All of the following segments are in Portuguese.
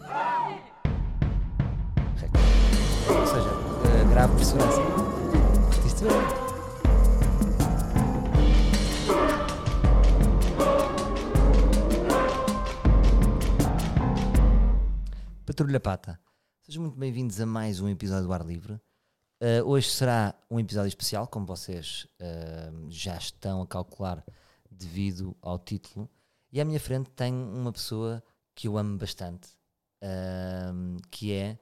bravo eh, por segurança. Isto é. Patrulha Pata, sejam muito bem-vindos a mais um episódio do Ar Livre. Ah, hoje será um episódio especial, como vocês ah, já estão a calcular devido ao título. E à minha frente tenho uma pessoa que eu amo bastante, ah, que é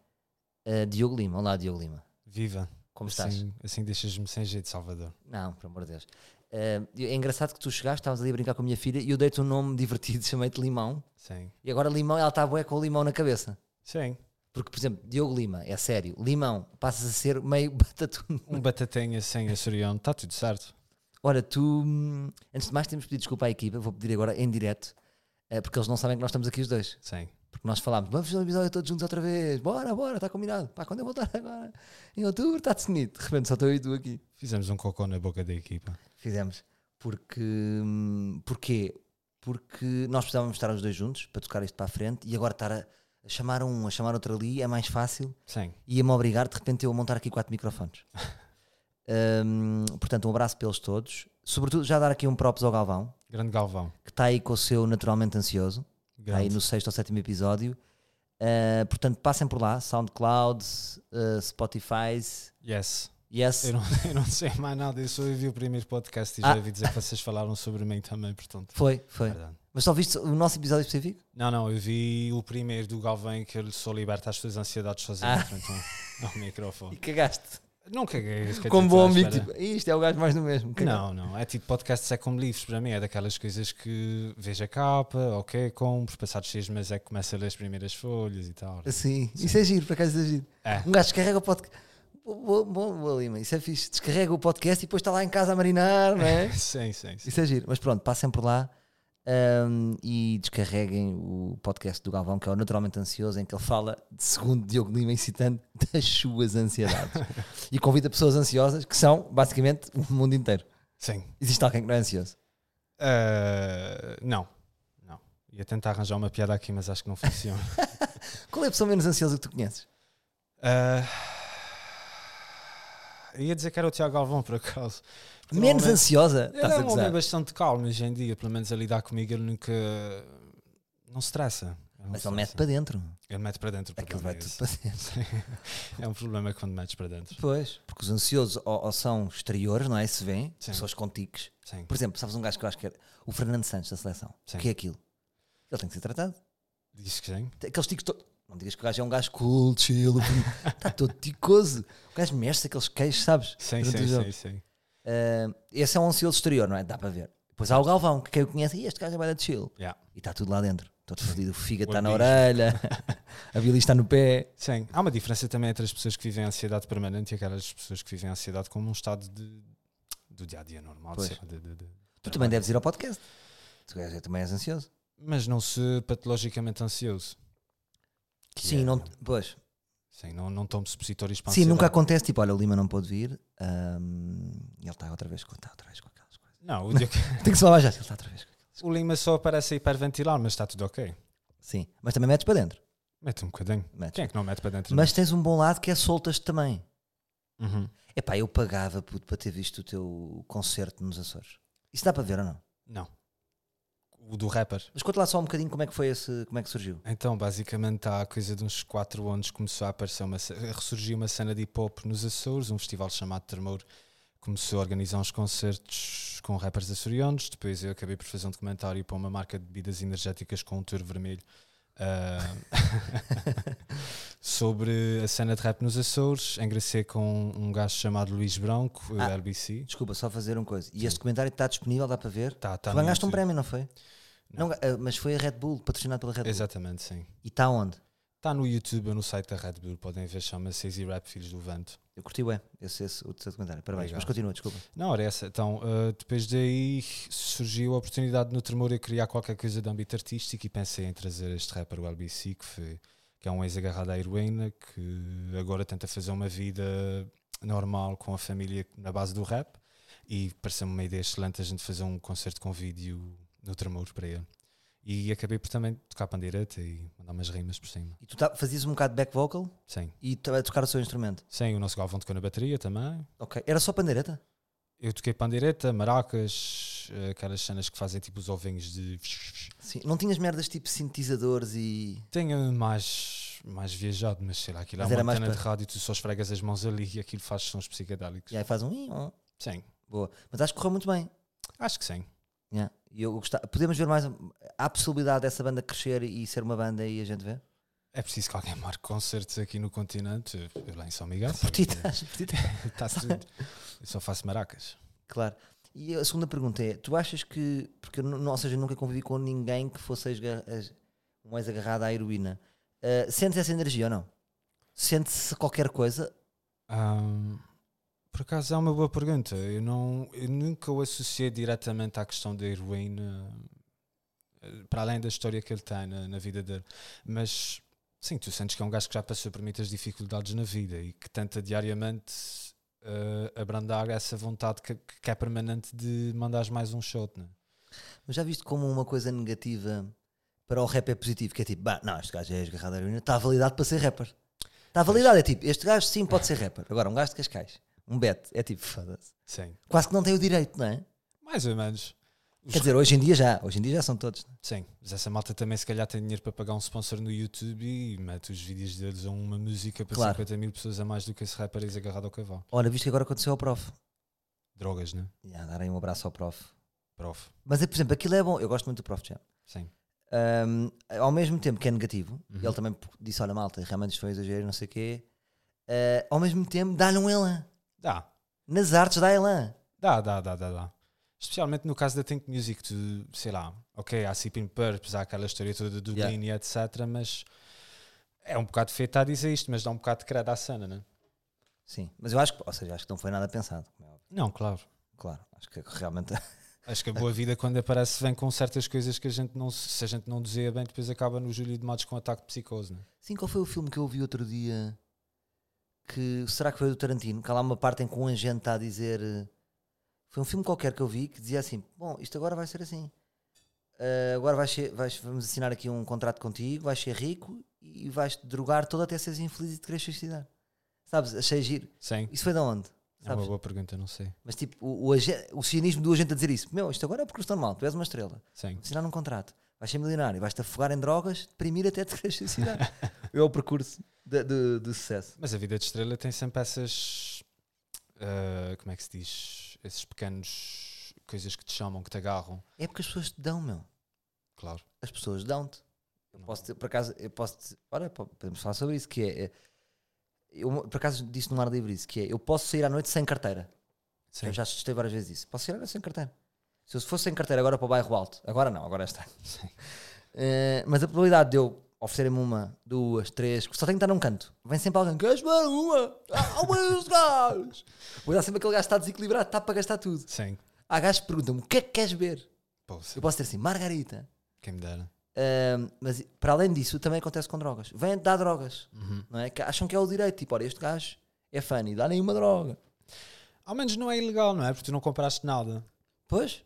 ah, Diogo Lima. Olá, Diogo Lima. Viva. Como estás? Assim, assim deixas-me sem jeito, Salvador. Não, pelo amor de Deus. Eh, é engraçado que tu chegaste, estavas ali a brincar com a minha filha e eu dei-te um nome divertido, chamei-te Limão. Sim. E agora Limão, ela está bué com o limão na cabeça. Sim. Porque, por exemplo, Diogo Lima, é sério, Limão, passas a ser meio batatuna. Um batatinha sem açoriano, está tudo certo. Ora, tu, hum, antes de mais, temos pedido desculpa à equipa, vou pedir agora em direto, eh, porque eles não sabem que nós estamos aqui os dois. Sim. Porque nós falámos, vamos fazer um episódio todos juntos outra vez, bora, bora, está combinado. Pá, quando eu voltar agora, em outubro, está definido. De repente só estou eu e tu aqui. Fizemos um cocô na boca da equipa. Fizemos. Porque. hum, Porquê? Porque nós precisávamos estar os dois juntos para tocar isto para a frente e agora estar a a chamar um, a chamar outro ali é mais fácil Sim. e ia-me obrigar de repente eu a montar aqui quatro microfones. Hum, portanto, um abraço para eles todos. Sobretudo, já dar aqui um props ao Galvão, Grande Galvão. que está aí com o seu Naturalmente Ansioso, está aí Grande. no sexto ou sétimo episódio. Ah, portanto, passem por lá: Soundcloud, ah, Spotify, Yes. Yes. Eu não, eu não sei mais nada, eu só ouvi o primeiro podcast e Ah. já ouvi dizer que vocês falaram sobre mim também, portanto. é Foi, foi. Verdade. Mas só viste o nosso episódio específico? Não, não, eu vi o primeiro do Galvão em que ele só liberta as suas ansiedades sozinho é Ah. frente ao- ao um microfone. cagaste. Não caguei. se calhar Como bom estás amigo, à espera. tipo, isto é o gajo mais do mesmo. que- Não, não. É tipo podcasts é como livros para mim. É daquelas coisas que vejo a capa, ok, compro, passados seis meses é que começo a ler as primeiras folhas e tal. Assim, isso é giro, por acaso isso é giro. É. Um gajo descarrega o podcast. Boa, boa, boa Lima, isso é fixe. Descarrega o podcast e depois está lá em casa a marinar, não é? Sim, sim, sim. isso é giro. Mas pronto, passem por lá hum, e descarreguem o podcast do Galvão, que é o Naturalmente Ansioso, em que ele fala, de segundo Diogo Lima, incitando das suas ansiedades. e convida pessoas ansiosas, que são basicamente o mundo inteiro. Sim. Existe alguém que não é ansioso. Ah, não, não. Ia tentar arranjar uma piada aqui, mas acho que não funciona. Qual é a pessoa menos ansiosa que tu conheces? Ah, ia dizer que era o Tiago Galvão, por acaso. Porque Menos normalmente- ansiosa? Ele Estás é a um homem gozar. bastante calmo hoje em dia, pelo menos a lidar comigo, ele nunca. Não se estressa. não Mas se ele mete estressa. para dentro. Ele mete assim. para dentro. Aquilo perdão, vai é tudo isso. para dentro. é um problema quando metes para dentro. Pois. Porque os ansiosos ou, ou são exteriores, não é? Se vêem, Sim. pessoas com tiques. Sim. Por exemplo, sabes um gajo que eu acho que era o Fernando Santos da seleção. Sim. O que é aquilo? Ele tem que ser tratado. Diz que sim. Tem Aqueles tiques todos. Não digas que o gajo é um gajo cool, chill, está todo ticoso. O gajo mexe aqueles queixos, sabes? Sim, Durante sim, o jogo. sim, sim. Ah, esse é um ansioso exterior, não é? Dá para ver. Depois há o Galvão, que quem o conhece, e este gajo é bué da chill. Yeah. E está tudo lá dentro. Todo fodido, o fígado O está na ambiente. orelha, a bili está no pé. Sim. Há uma diferença também entre as pessoas que vivem a ansiedade permanente e aquelas pessoas que vivem a ansiedade como um estado de, do dia a dia normal. Pois. sei lá, de- de- de- Tu também deves ir ao podcast. Tu és- também és ansioso. Mas não se patologicamente ansioso. Que Sim, é- não, pois. Sim, não, não tomo supositórios para a Sim, nunca ansiedade. acontece, tipo, olha, o Lima não pôde vir, hum, ele está outra vez com, tá outra vez com aquelas coisas. Não, o, dia que- Tem que se lavar já, ele está outra vez com o Lima só aparece a hiperventilar, mas está tudo ok. Sim, mas também metes para dentro. Mete um bocadinho. Metes. Quem é que não mete para dentro? Mas tens um bom lado que é soltas também. Uhum. Epá, eu pagava puto, para ter visto o teu concerto nos Açores. Isso dá para ver ou não? Não. O do rapper. Mas conta lá só um bocadinho como é que foi esse, como é que surgiu. Então, basicamente, há coisa de uns 4 anos começou a aparecer uma, ce- a ressurgir uma cena de hip hop nos Açores, um festival chamado Tremor. Começou a organizar uns concertos com rappers açorianos. Depois, eu acabei por fazer um documentário para uma marca de bebidas energéticas com um tour vermelho ah, sobre a cena de rap nos Açores. Engracei com um gajo chamado Luís Branco, Ah. LBC. Desculpa, só fazer uma coisa. E este comentário está disponível, dá para ver. Tá, tá tu no ganhaste um YouTube. prémio, não foi? Não. ga- ah, mas foi a Red Bull, patrocinado pela Red Bull. Exatamente, sim. E está onde? Está no YouTube ou no site da Red Bull, podem ver, chama-se Easy Rap Filhos do Vento. Eu curti, ué, esse, esse, o teu comentário. Parabéns, Obrigado. mas continua, desculpa. Não, era essa. Então, uh, depois daí surgiu a oportunidade no Tremor eu criar qualquer coisa de âmbito artístico e pensei em trazer este rapper, o LBC, que, foi, que é um ex-agarrado à heroína, que agora tenta fazer uma vida normal com a família na base do rap e pareceu-me uma ideia excelente a gente fazer um concerto com vídeo no Tremor para ele. E acabei por também tocar pandeireta e mandar umas rimas por cima. E tu tá- fazias um bocado de back vocal Sim. e tu- a tocar o seu instrumento. Sim, o nosso Galvão tocou na bateria também. Ok. Era só pandeireta? Eu toquei pandeireta, maracas, eh, aquelas cenas que fazem tipo os ovinhos de. Sim. Não tinhas merdas tipo sintetizadores e. Tenho mais, mais viajado, mas sei lá, aquilo é Mas uma era mais antena de para- rádio, tu só esfregas as mãos ali e aquilo faz sons psicadélicos. E aí faz um. "ih, um". Sim, Boa. Mas acho que correu muito bem. acho que sim. Yeah. E eu gostava- Podemos ver mais. Há a possibilidade dessa banda crescer e ser uma banda e a gente ver? É preciso que alguém marque concertos aqui no continente, eu lá em São Tá Miguel. sabe? Petitas, petitas. Tá-se tudo. Eu só faço maracas. Claro. E a segunda pergunta é: tu achas que. Porque, eu nu- não, ou seja, nunca convivi com ninguém que fosse esga- as- mais agarrado à heroína. Ah, sentes essa energia ou não? Sente-se qualquer coisa? Ahm, por acaso é uma boa pergunta. Eu, não, eu nunca o associei diretamente à questão da heroína, eh, para além da história que ele tem na, na vida dele. Mas sim, tu sentes que é um gajo que já passou por muitas dificuldades na vida e que tenta diariamente eh, abrandar essa vontade que, que é permanente de mandares mais um shot. Né? Mas já viste como uma coisa negativa para o rap é positivo? Que é tipo, bah, não, este gajo é esgarrado à heroína, está validado para ser rapper. Está validado, é tipo, este gajo sim pode ser rapper. Agora, um gajo de Cascais, um bet, é tipo, foda-se. Sim, Quase que não tem o direito, não é? mais ou menos. Os Quer dizer, hoje em dia já, hoje em dia já são todos. não é? Sim, mas essa malta também se calhar tem dinheiro para pagar um sponsor no YouTube e mete os vídeos deles a uma música para Claro. 50 mil pessoas a mais do que esse rapper eis agarrado ao cavalo. Olha, visto que agora aconteceu ao prof. Drogas, né? Já, darem um abraço ao prof. Prof. Mas, é, por exemplo, aquilo é bom, eu gosto muito do prof Jam. Sim. Um, ao mesmo tempo que é negativo, Uhum. ele também disse: Olha, malta, realmente isto foi um exagero, não sei o quê. Uh, ao mesmo tempo, dá-lhe um elan. Dá, Nas artes, dá elan. dá, dá, dá, dá, dá. Especialmente no caso da Think Music, tu, sei lá, ok, há Sipping Purpose, há aquela história toda do Yeah. Dini, etc. Mas é um bocado feio estar a dizer isto, mas dá um bocado de credo à cena, né? Sim, mas eu acho que, ou seja, acho que não foi nada pensado. como é óbvio. Não, claro. Claro, acho que realmente. Acho que a boa vida, quando aparece, vem com certas coisas que a gente não, se a gente não dizia bem, depois acaba no Júlio de Matos com um ataque de psicose, né? Sim, qual foi o filme que eu vi outro dia? Que será que foi do Tarantino? Que há lá uma parte em que um agente está a dizer. eh, Foi um filme qualquer que eu vi que dizia assim: Bom, isto agora vai ser assim. Ah, agora vais ser- vais- vamos assinar aqui um contrato contigo, vais ser rico e vais te drogar todo até seres infeliz e te queres suicidar. Sabes? Achei giro. Sim. Isso foi de onde? É uma Sabes? boa pergunta, não sei. Mas tipo, o, o, agen- o cinismo do agente a dizer isso: Meu, isto agora é porque estou normal, tu és uma estrela. Sim. assinar um contrato, vais ser milionário, vais-te afogar em drogas, deprimir até te queres suicidar. é o percurso de, de- de sucesso. Mas a vida de estrela tem sempre essas. ah, como é que se diz? Esses pequenos coisas que te chamam, que te agarram. É porque as pessoas te dão, meu. Claro. As pessoas dão-te. Eu Não. posso te, por acaso, eu posso te, olha, po- podemos falar sobre isso, que é, é, eu, por acaso disse no ar livre isso, que é, eu posso sair à noite sem carteira. Sim. Eu já assustei várias vezes isso. Posso sair à noite sem carteira. Se eu fosse sem carteira agora para o bairro alto, agora não, agora está. Sim. Eh, mas a probabilidade de eu oferecer-me uma, duas, três, que só tenho que estar num canto. Vem sempre alguém, queres ver uma? Há uma dos gajos! Vou dar sempre aquele gajo que está desequilibrado, está para gastar tudo. Sim. Há gajos que perguntam-me, o que é que queres ver? Pô, Eu posso dizer assim, margarita. quem me dera. Ahm, mas para além disso, também acontece com drogas. Vêm dar drogas, Uhum. não é? Que acham que é o direito. Tipo, olha, este gajo é fã e dá nenhuma droga. Ao menos não é ilegal, não é? Porque tu não compraste nada. Pois,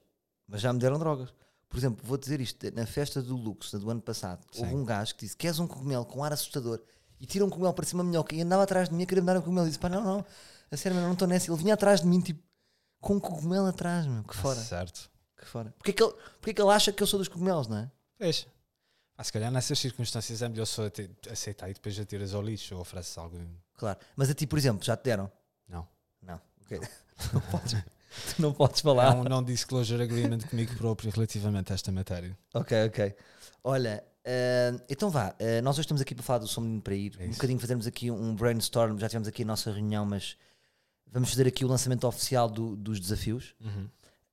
mas já me deram drogas. Por exemplo, vou dizer isto, na festa do Lux, na do ano passado, houve um gajo que disse, queres um cogumelo com ar assustador? E tira um cogumelo para cima da minhoca e andava atrás de mim a querer me dar um cogumelo. E disse, pá, não, não, a sério, meu, não estou nessa. Ele vinha atrás de mim, tipo, com um cogumelo atrás, meu, que fora, Certo. que fora. Porque é que, ele, porque é que ele acha que eu sou dos cogumelos, não é? Vês? Ah, se calhar nessas circunstâncias é melhor só ate- aceitar e depois já tiras ao lixo ou ofereces algo. Claro. Mas a ti, por exemplo, já te deram? Não. Não. Ok. Tu não podes, tu não podes falar. Há um non-disclosure agreement comigo próprio relativamente a esta matéria. Ok, ok. Olha, eh, então vá, eh, nós hoje estamos aqui para falar do Som Menino para Ir, um É isso. bocadinho fazermos aqui um brainstorm, já tivemos aqui a nossa reunião, mas vamos fazer aqui o lançamento oficial do- dos desafios. Uhum.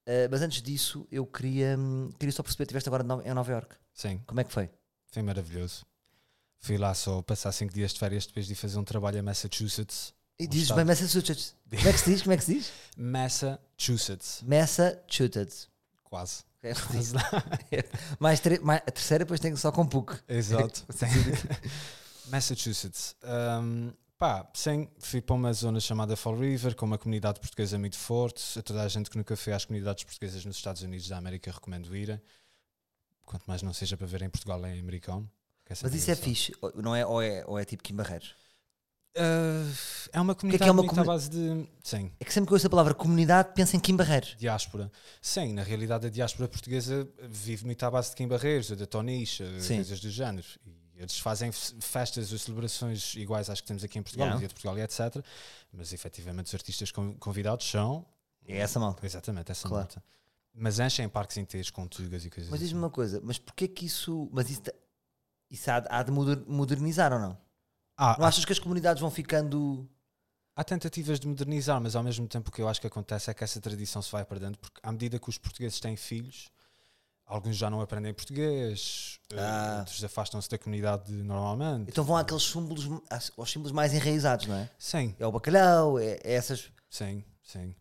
Eh, mas antes disso, eu queria, hum, queria só perceber, estiveste agora em Nova- em Nova Iorque, Sim. como é que foi? Foi maravilhoso. Fui lá só passar cinco dias de férias depois de ir fazer um trabalho a Massachusetts. E Um dizes estado. bem Massachusetts, como é que se diz, como é que se diz? Massachusetts. Massachusetts. Quase. Ok, mais, tre- mais- a terceira depois tem que só com PUC. É, Exato. Massachusetts. Um, pá, sim, fui para uma zona chamada Fall River, com uma comunidade portuguesa muito forte. A toda a gente que nunca foi às comunidades portuguesas nos Estados Unidos da América recomendo ir. Quanto mais não seja para ver em Portugal, é em americano. que Mas sempre isso é engraçado. fixe, ou- não é? Ou é, ou é tipo Kim Barreiros? Ah, é uma é que comunidade é uma bonita à comuni- base de. Sim, É que sempre que eu ouço a palavra comunidade penso em Kim Barreiros. diáspora. Sim, na realidade a diáspora portuguesa vive muito à base de Kim Barreiros, ou da Tonicha, Sim. coisas do género. E eles fazem f- festas ou celebrações iguais às que temos aqui em Portugal, Yeah. no Dia de Portugal e etc. Mas efetivamente os artistas con- convidados são. É essa malta. Exatamente, essa Claro. malta. Mas enchem parques inteiros com tugas e coisas Mas assim. diz-me uma coisa, mas porquê que isso. Mas isso, te- isso há, de- há de moder- modernizar ou não? Ah, Não achas que as comunidades vão ficando. Há tentativas de modernizar, mas ao mesmo tempo o que eu acho que acontece é que essa tradição se vai perdendo, porque à medida que os portugueses têm filhos, alguns já não aprendem português, eh, Ah. outros afastam-se da comunidade normalmente. Então vão àqueles símbolos, às- aos símbolos mais enraizados, não é? Sim, É o bacalhau, é, é essas. sim, sim.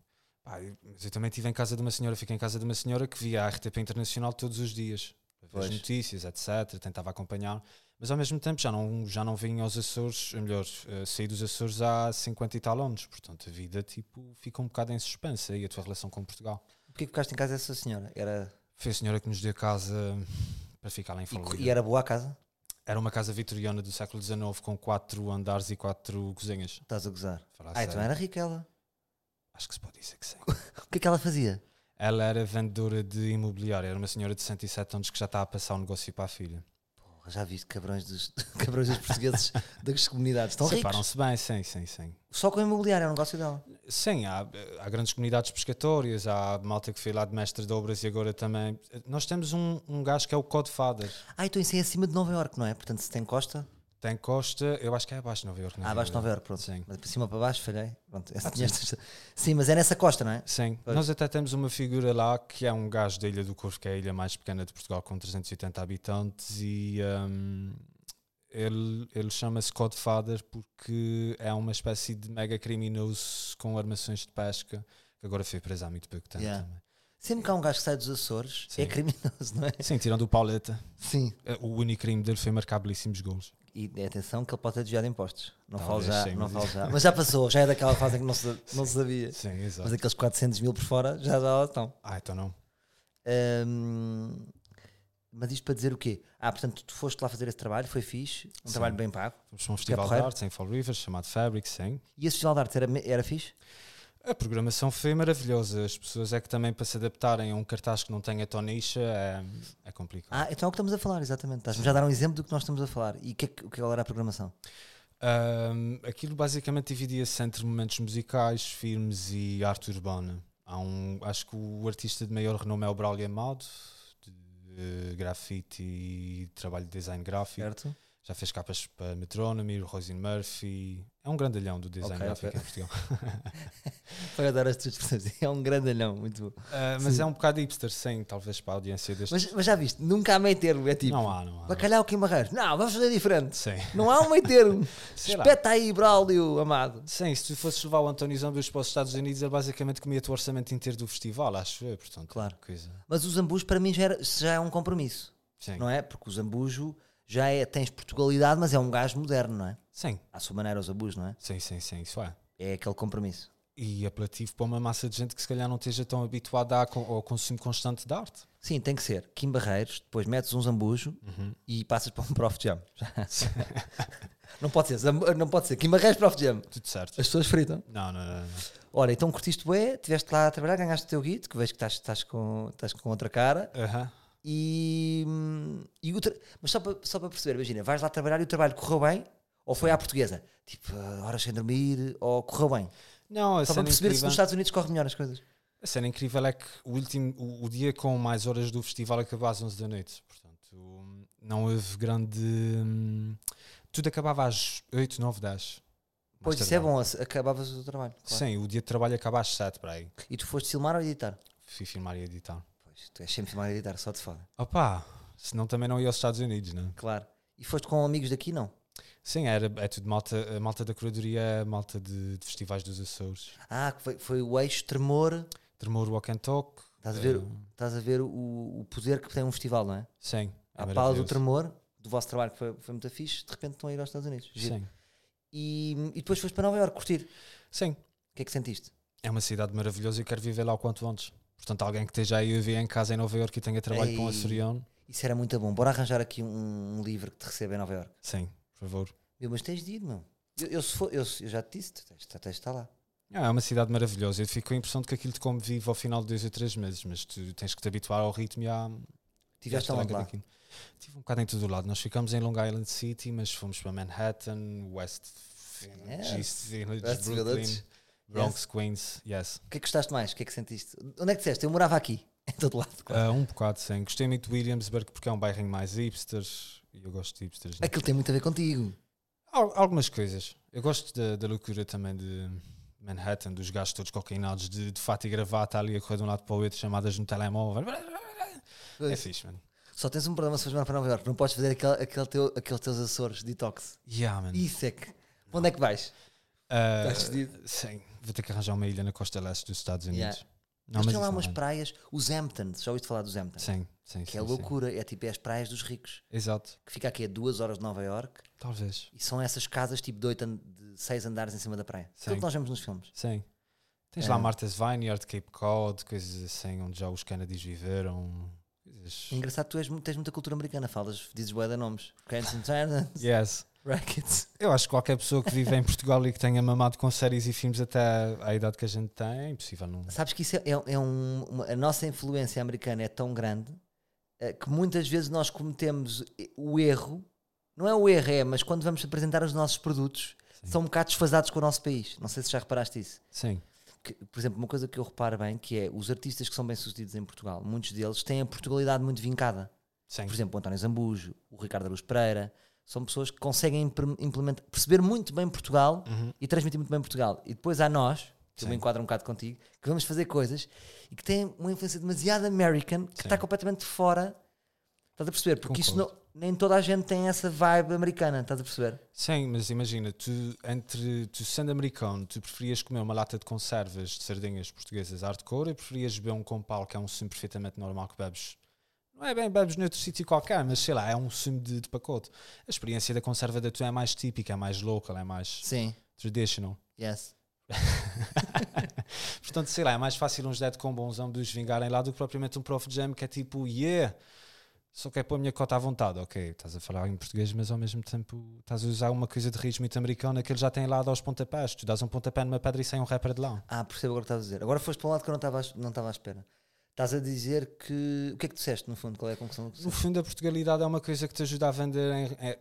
Pá, eu- mas eu também estive em casa de uma senhora, fiquei em casa de uma senhora que via a RTP Internacional todos os dias, para ver as Pois. notícias, etc. Tentava acompanhar, mas ao mesmo tempo já não, já não vim aos Açores, ou melhor, eh, saí dos Açores há 50 e tal anos, portanto a vida tipo, fica um bocado em suspense aí a tua relação com Portugal. Porquê que ficaste em casa dessa senhora? Era, Foi a senhora que nos deu casa hum, para ficar lá em e, co- Florida. e era boa a casa? Era uma casa vitoriana do século XIX com quatro andares e quatro cozinhas. Estás a gozar. Falar Ah, então sério. era rica ela. Acho que se pode dizer que sim. O que é que ela fazia? Ela era vendedora de imobiliário, era uma senhora de 107 anos que já está a passar o negócio para a filha. Porra, já viste cabrões dos, cabrões dos portugueses das comunidades. Estão ricos. Separam-se bem, sim, sim, sim. Só com o imobiliário é um negócio dela. Sim, há, há grandes comunidades pescatórias, há malta que foi lá de mestre de obras e agora também. Nós temos um, um gajo que é o Codfather. Ah, então isso é acima de Nova Iorque, não é? Portanto, se tem costa. Tem costa, eu acho que é abaixo de Nova Iorque. na Ah, abaixo de Nova realidade. Iorque, pronto. Sim. Ah, Mas para cima ou para baixo, falhei. Pronto, essa tinha estas- Sim, mas é nessa costa, não é? Sim, nós até temos uma figura lá que é um gajo da Ilha do Corvo, que é a ilha mais pequena de Portugal, com 380 habitantes, e hum, ele, ele chama-se Codfather porque é uma espécie de mega criminoso com armações de pesca, que agora foi preso há muito pouco tempo Yeah. também. Sempre que há um gajo que sai dos Açores, é Sim. criminoso, não é? Sim, tirando o Pauleta, Sim. eh, o único crime dele foi marcar belíssimos gols. E atenção que ele pode ter desviado impostos. Não falo Talvez, já, sim, não mas- falo já. Mas já passou, já é daquela fase em que não se, não se sabia. Sim, exato. Mas aqueles 400 mil por fora já, já lá estão. Ah, então não. Hum, mas isto para dizer o quê? Ah, portanto, tu foste lá fazer esse trabalho, foi fixe, um Sim. trabalho bem pago. Fomos para um festival de porreiro. arte em Fall River, chamado Fabric, sim. E esse festival de arte era, me- era fixe? A programação foi maravilhosa. As pessoas é que também para se adaptarem a um cartaz que não tenha tonicha é, é complicado. Ah, então é o que estamos a falar, exatamente. Estás-me já a dar um exemplo do que nós estamos a falar. E o que, é que, o que qual era a programação? Ahm, aquilo basicamente dividia-se entre momentos musicais, filmes e arte urbana. Há um, acho que o artista de maior renome é o Braulio Amado, de eh, grafite e trabalho de design gráfico. Certo? Já fez capas para Metronomy, Rosin Murphy. É um grandalhão do design Ok, gráfico ok. em Portugal. Foi adorar as tuas expressões. É um grandalhão, muito bom. Ah, mas é um bocado hipster, sim, talvez para a audiência deste. Mas, mas já viste, nunca há meio termo. É tipo, não há, não há. não há. bacalhau que barreiros. Não, vamos fazer diferente. Sim. Não há um meio termo. Sei lá. Espeta aí, Braulio, amado. Sim, se tu fosses levar o António Zambus para os Estados Unidos, ele basicamente comia-te o orçamento inteiro do festival, acho eu, portanto. Claro. Coisa. Mas o Zambujo para mim já, era- já é um compromisso, Sim. não é? Porque o Zambujo já é, tens Portugalidade, mas é um gajo moderno, não é? sim, À sua maneira, o Zambujo, não é? sim, sim, sim, isso é. É aquele compromisso. E apelativo para uma massa de gente que se calhar não esteja tão habituada à co- ao consumo constante de arte. Sim, tem que ser. Kim Barreiros, depois metes um Zambujo e passas para um Prof Jam. Já. não pode ser, Zambu- não pode ser. Kim Barreiros, Prof Jam. Tudo certo. As pessoas fritam. Não, não, não. não. Ora, então curtiste bué, estiveste lá a trabalhar, ganhaste o teu guito, que vejo que estás, estás com, estás com outra cara. Aham. E, hum, e o tra- mas só para, só para perceber, imagina, vais lá trabalhar e o trabalho correu bem, ou foi à portuguesa? Tipo, ah, horas sem dormir, ou correu bem? Não, a Só para cena, perceber se incrível, nos Estados Unidos corre melhor as coisas. a cena incrível é que o, último, o, o dia com mais horas do festival acabou às 11 da noite. Portanto, hum, não houve grande. hum, Tudo acabava às 8, 9, 10. Mais Pois isso é tardar. bom, ac- acabavas o trabalho. claro. Sim, o dia de trabalho acaba às 7 para aí. E tu foste filmar ou editar? Fui filmar e editar. Pois, tu és sempre filmar e editar, só de foda. Opa, senão também não ia aos Estados Unidos, né? Claro. E foste com amigos daqui, não? Sim, era, é tudo malta, a malta da curadoria, é a malta de, de festivais dos Açores. Ah, que foi, foi o eixo tremor. Tremor Walk and Talk. Estás a ver, eh, estás a ver o, o poder que tem um festival, não é? Sim. é A pala do maravilhoso. tremor, do vosso trabalho que foi, foi muito fixe, de repente estão a ir aos Estados Unidos. Giro. Sim. E, e depois foste para Nova Iorque curtir. Sim, O que é que sentiste? é uma cidade maravilhosa e eu quero viver lá o quanto antes. Portanto, alguém que esteja aí a viver em casa em Nova Iorque e tenha trabalho com um Ei. açoriano. Isso era muito bom. Bora arranjar aqui um, um livro que te receba em Nova Iorque. Sim, por favor. Eu, mas tens de ir, meu. Eu, eu se for- eu, se- eu já te disse, tu tens, tens de estar lá. Ah, é uma cidade maravilhosa. Eu fico com a impressão de que aquilo te come vivo ao final de dois ou três meses, mas tu tens que te habituar ao ritmo e à. Tiveste à onde estraga lá? daquilo. Tive um bocado em todo o lado. Nós ficamos em Long Island City, mas fomos para Manhattan, West Village, Yes. East Village, é. West Brooklyn, Village. Bronx, Queens. Yes. O que é que gostaste mais? O que é que sentiste? Onde é que disseste? Eu morava aqui, em todo lado. quase. Ah, um bocado sem. Gostei muito de Williamsburg porque é um bairro mais hipsters e eu gosto de hipsters. né? Aquilo tem muito a ver contigo. É Al- Algumas coisas. Eu gosto da, da loucura também de Manhattan, dos gajos todos cocainados de, de fato e gravata ali a correr de um lado para o outro, chamadas no telemóvel. É fixe, mano. Só tens um problema se fores morar para Nova Iorque. Não podes fazer aquele, aquele teu, aqueles teus Açores detox. Yeah, mano. Isso é que. Onde é que vais? Ah, Estás fedido. sim, vou ter que arranjar uma ilha na costa leste dos Estados Unidos. Yeah. Não, mas mas tem lá isso não umas vai. praias, os Hamptons, já ouviste falar dos Hamptons? Sim, sim, Que sim, é sim. loucura, é tipo é as praias dos ricos, Exato. que fica aqui a duas horas de Nova Iorque Talvez. e são essas casas tipo de, oito an- de seis andares em cima da praia. Sim. Aquilo que nós vemos nos filmes. Sim. Tens É. lá Martha's Vineyard, Cape Cod, coisas assim, onde já os Kennedys viveram. Coisas. É engraçado, tu és, mu- tens muita cultura americana, falas, dizes bué de nomes. Cranston Turners, Yes. Rackets. Eu acho que qualquer pessoa que vive em Portugal e que tenha mamado com séries e filmes até à idade que a gente tem, é impossível não. Sabes que isso é, é- é um, uma- a nossa influência americana é tão grande eh, que muitas vezes nós cometemos e- o erro, não é o erro, é, mas quando vamos apresentar os nossos produtos, são um bocado desfasados com o nosso país. Não sei se já reparaste isso. Sim. Que, por exemplo, uma coisa que eu reparo bem que é os artistas que são bem-sucedidos em Portugal, muitos deles têm a Portugalidade muito vincada. Sim. Por exemplo, o António Zambujo, o Ricardo Aruz Pereira, são pessoas que conseguem impre- implementar, perceber muito bem Portugal e transmitir muito bem Portugal. E depois há nós, que eu me enquadro um bocado contigo, que vamos fazer coisas e que têm uma influência demasiado American que está completamente fora. Estás a perceber? Porque isso não, Concordo. nem toda a gente tem essa vibe americana, estás a perceber? Sim, mas imagina, tu, entre, tu sendo americano, tu preferias comer uma lata de conservas de sardinhas portuguesas hardcore ou preferias beber um compal, que é um sumo perfeitamente normal que bebes? Não é bem, bebes noutro sítio qualquer, mas sei lá, é um sumo de, de pacote. A experiência da conserva da tua é mais típica, é mais local, é mais Sim. traditional. Yes. Portanto, sei lá, é mais fácil uns dead com bonzão de os vingarem lá do que propriamente um prof jam que é tipo, yeah, só quer pôr a minha cota à vontade. Ok, estás a falar em português, mas ao mesmo tempo estás a usar uma coisa de raiz muito americana que eles já têm lá aos pontapés. Tu dás um pontapé numa pedra e sai um rapper de lá. Ah, percebo agora o que estás a dizer. Agora foste para um lado que eu não estava, à es- não estava à espera. Estás a dizer que. O que é que tu disseste, no fundo? Qual é a conclusão que tu No fundo, a Portugalidade é uma coisa que te ajuda a vender em- é,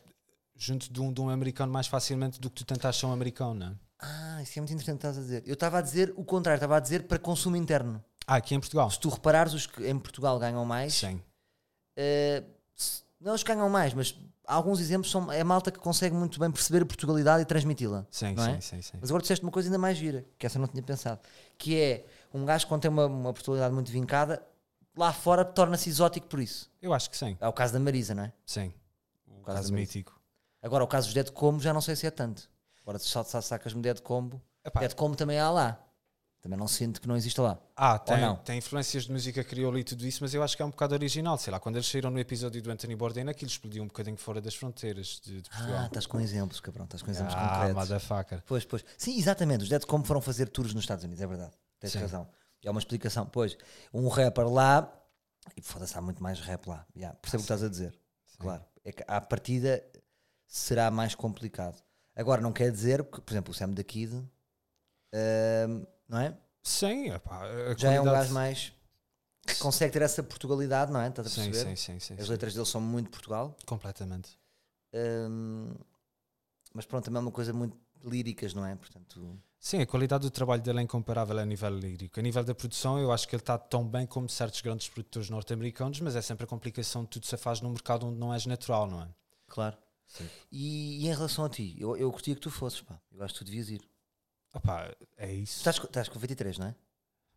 junto de um, de um americano mais facilmente do que tu tentas ser um americano, não é? Ah, isso é muito interessante o que estás a dizer. Eu estava a dizer o contrário, estava a dizer para consumo interno. Ah, aqui em Portugal? Se tu reparares, os que em Portugal ganham mais, Sim. eh, se- não os que ganham mais, mas alguns exemplos são é malta que consegue muito bem perceber a Portugalidade e transmiti-la. Sim, não sim, é? sim, sim. Mas agora disseste uma coisa ainda mais gira, que essa eu não tinha pensado, que é um gajo quando tem uma, uma Portugalidade muito vincada, lá fora torna-se exótico por isso. Eu acho que sim, É o caso da Marisa, não é? sim. O caso caso da- mítico. Agora, o caso dos Dead Combo já não sei se é tanto. Agora, se só só sacas-me Dead Combo, Epá. Dead Combo também há lá. Também não sinto que não exista lá. Ah, não? tem, tem influências de música crioula e tudo isso, mas eu acho que é um bocado original. Sei lá, quando eles saíram no episódio do Anthony Bourdain, aquilo explodiu um bocadinho fora das fronteiras de, de Ah, Portugal. estás com exemplos, cabrão, estás com exemplos Ah, concretos. motherfucker. Pois, pois. Sim, exatamente. Os Dead Combo foram fazer tours nos Estados Unidos, é verdade. Tens razão. É uma explicação. Pois, um rapper lá, e foda-se, há muito mais rap lá. Ya, percebo o que estás a dizer. Claro. É que à partida será mais complicado. Agora, não quer dizer que, por exemplo, o Sam da Kid, ahm, não é? Sim, epá, a Já é um qualidade- gajo mais que consegue ter essa Portugalidade, não é? Estás a Sim, perceber? sim, sim, sim, As sim. letras dele são muito de Portugal. Completamente. Ahm, mas pronto, também é uma coisa muito líricas, não é? Portanto, Sim, a qualidade do trabalho dele é incomparável a nível lírico. A nível da produção, eu acho que ele está tão bem como certos grandes produtores norte-americanos, mas é sempre a complicação de tudo se faz num mercado onde não és natural, não é? claro. E, e em relação a ti, eu, eu curtia que tu fosses, pá. Eu acho que tu devias ir. Tu Opá, é isso. estás, co- estás com 23, não é?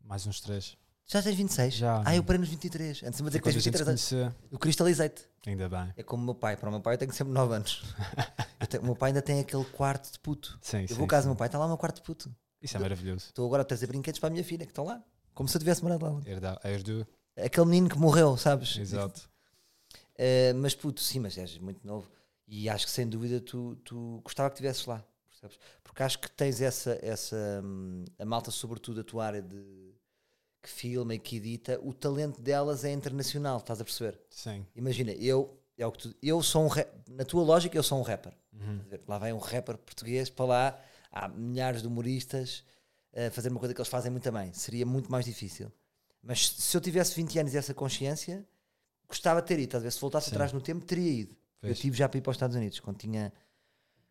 Mais uns três. Já tens 26? Já. Ah, eu parei nos 23. Antes de me dizer é que Quando tens a gente se 23 anos, conhecer, eu cristalizei-te. ainda bem. É como o meu pai. Para o meu pai eu tenho sempre 9 anos. Eu tenho- o meu pai ainda tem aquele quarto de puto. Sim, eu sim, vou à casa sim. do meu pai, está lá o meu quarto de puto. Isso é maravilhoso. Estou agora a trazer brinquedos para a minha filha, que estão lá. Como se eu tivesse morado lá. Herda, herdo, Aquele menino que morreu, sabes? exato. Eh, mas puto, sim, mas és muito novo e acho que sem dúvida tu, tu gostava que estivesses lá, percebes? Porque acho que tens essa, essa hum, a malta, sobretudo a tua área de que filma e que edita, o talento delas é internacional, estás a perceber? Sim. Imagina, eu, é o que tu- eu sou um ra- na tua lógica, eu sou um rapper. Estás a ver? Lá vai um rapper português para lá, há milhares de humoristas eh, a fazer uma coisa que eles fazem muito bem. Seria muito mais difícil. Mas se eu tivesse 20 anos e essa consciência, gostava de ter ido. Estás a ver? Se voltasse atrás no tempo, teria ido. Eu Pois. tive já para ir para os Estados Unidos quando tinha,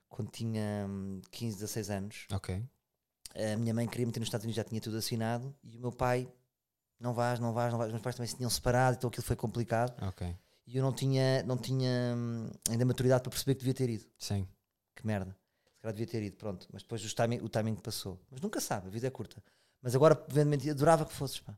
quando tinha hum, 15, 16 anos Ok. a minha mãe queria meter nos Estados Unidos, já tinha tudo assinado, e o meu pai, não vais, não vais, não vais. Os meus pais também se tinham separado, então aquilo foi complicado. Ok. E eu não tinha, não tinha hum, ainda maturidade para perceber que devia ter ido. Sim. Que merda. Se calhar devia ter ido, pronto. Mas depois os timing, o timing passou. Mas nunca sabe, a vida é curta. Mas agora, evidentemente, adorava que fosses, pá.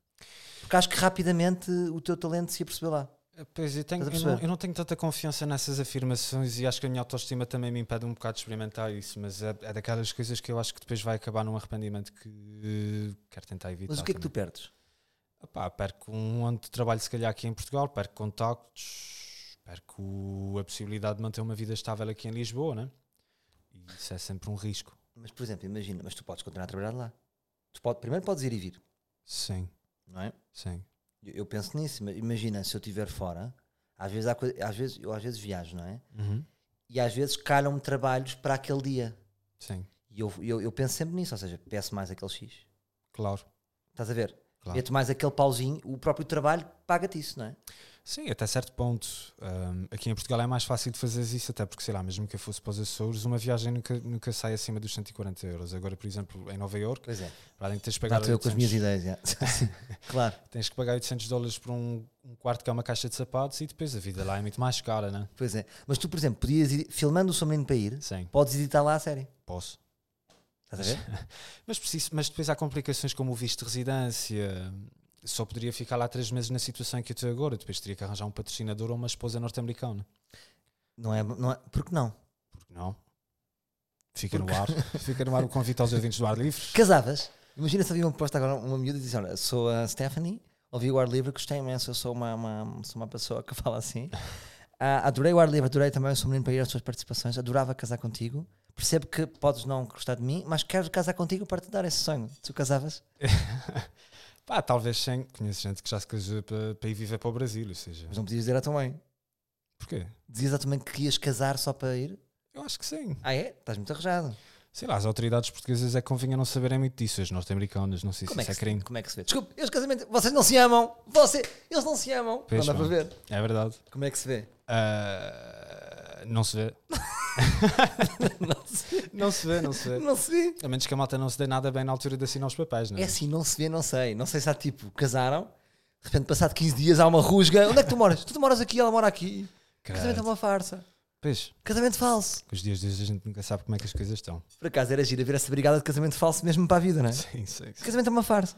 Porque acho que rapidamente o teu talento se apercebeu lá. Eh, Pois, eu, tenho, Estás a eu, não, perceber? eu não tenho tanta confiança nessas afirmações e acho que a minha autoestima também me impede um bocado de experimentar isso, mas é, é daquelas coisas que eu acho que depois vai acabar num arrependimento que eh, quero tentar evitar. Mas o que é que tu também. perdes? Opá, perco um ano de trabalho, se calhar, aqui em Portugal, perco contactos, perco a possibilidade de manter uma vida estável aqui em Lisboa, né? E isso é sempre um risco. Mas, por exemplo, imagina, mas tu podes continuar a trabalhar de lá. Tu pode, primeiro podes ir e vir, Sim, não é? sim. Eu, eu penso nisso, mas imagina se eu estiver fora, às vezes, há coi- às vezes eu às vezes viajo, não é? Uhum. E às vezes calham-me trabalhos para aquele dia. Sim, E eu, eu, eu penso sempre nisso, ou seja, peço mais aquele X. claro. Estás a ver? Claro. Meto mais aquele pauzinho, o próprio trabalho paga-te isso, não é? Sim, até certo ponto. Ahm, aqui em Portugal é mais fácil de fazer isso, até porque, sei lá, mesmo que eu fosse para os Açores, uma viagem nunca, nunca sai acima dos 140 euros. Agora, por exemplo, em Nova Iorque, Pois é. para além de teres que Lá pagar estou eu com as 800 minhas ideias, já. claro. tens que pagar 800 dólares por um, um quarto que é uma caixa de sapatos e depois a vida lá é muito mais cara, né? Pois é. Mas tu, por exemplo, podias ir, filmando o Sou Menino para ir, Sim, podes editar lá a série. posso. Estás a ver? Mas, preciso, mas depois há complicações como o visto de residência. Só poderia ficar lá três meses na situação em que eu estou agora. Depois teria que arranjar um patrocinador ou uma esposa norte-americana. Não é, não é, porque não? Porque não? Fica no ar. Fica no ar o convite aos ouvintes do ar livre. Casavas? Imagina se havia uma proposta agora, uma miúda dizia: Olha, sou a Stephanie, ouvi o ar livre, gostei imenso, eu sou uma, uma- sou uma pessoa que fala assim. Ah, adorei o ar livre, adorei também, sou um menino para ir às tuas participações, adorava casar contigo. Percebo que podes não gostar de mim, mas quero casar contigo para te dar esse sonho. Tu casavas? Pá, talvez sem. Conheço gente que já se casou para, para ir viver para o Brasil. Ou seja, Mas não podias dizer à tua mãe. porquê? Dizias à tua mãe que ias casar só para ir? Eu acho que sim. Ah, é? Estás muito arrojado. Sei lá, as autoridades portuguesas é que convinha não saberem muito disso. As norte-americanas, não sei Como se é, que isso é se, crime. como é que se vê? Desculpe, eles casamento, vocês não se amam. Você, eles não se amam. Pois não dá bem. para ver. É verdade. Como é que se vê? Ah, não se vê. não, se, Não se vê, não se vê. não se vê. A menos que a malta não se dê nada bem na altura de assinar os papéis, não é? É assim, não se vê, não sei. Não sei se há tipo, casaram, de repente, passado 15 dias, há uma rusga. Onde é que tu moras? Tu moras aqui, ela mora aqui. Casamento é uma farsa. Pois, Casamento falso. com os dias de hoje a gente nunca sabe como é que as coisas estão. Por acaso era gira ver essa brigada de casamento falso mesmo para a vida, não é? Sim, sim. Casamento é uma farsa.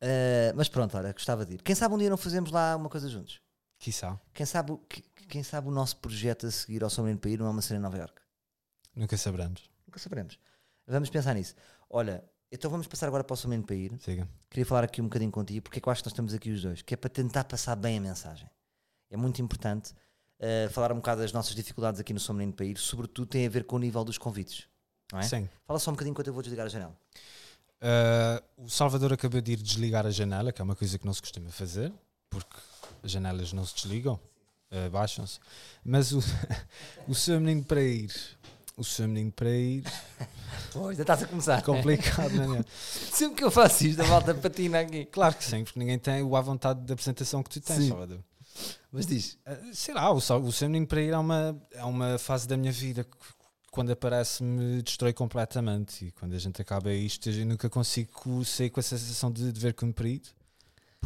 Ah, mas pronto, olha, gostava de ir. Quem sabe um dia não fazemos lá uma coisa juntos? Quiçá. Quem sabe, o- que- quem sabe o nosso projeto a seguir ao São Menino para ir não é uma cena em Nova Iorque? Nunca saberemos. Nunca saberemos. Vamos pensar nisso. Olha, então vamos passar agora para o São Menino para ir. Siga. queria falar aqui um bocadinho contigo, porque é que eu acho que nós estamos aqui os dois, que é para tentar passar bem a mensagem. É muito importante eh, falar um bocado das nossas dificuldades aqui no Sou Menino para ir, sobretudo tem a ver com o nível dos convites. Não é? Sim. Fala só um bocadinho enquanto eu vou desligar a janela. Ah, o Salvador acabou de ir desligar a janela, que é uma coisa que não se costuma fazer, porque as janelas não se desligam, ah, baixam-se. Mas o, o seu menino para ir. O seu menino para ir. Pois, já estás a começar. Complicado, não é? Sempre que eu faço isto, a volta patina aqui. Claro que sim, porque ninguém tem o à vontade da apresentação que tu tens, Sim. Salvador. Mas diz, Uh, sei lá, o, Sal- o Seu Menino para Ir é uma, é uma fase da minha vida que quando aparece me destrói completamente e quando a gente acaba isto eu nunca consigo sair com a sensação de dever cumprido.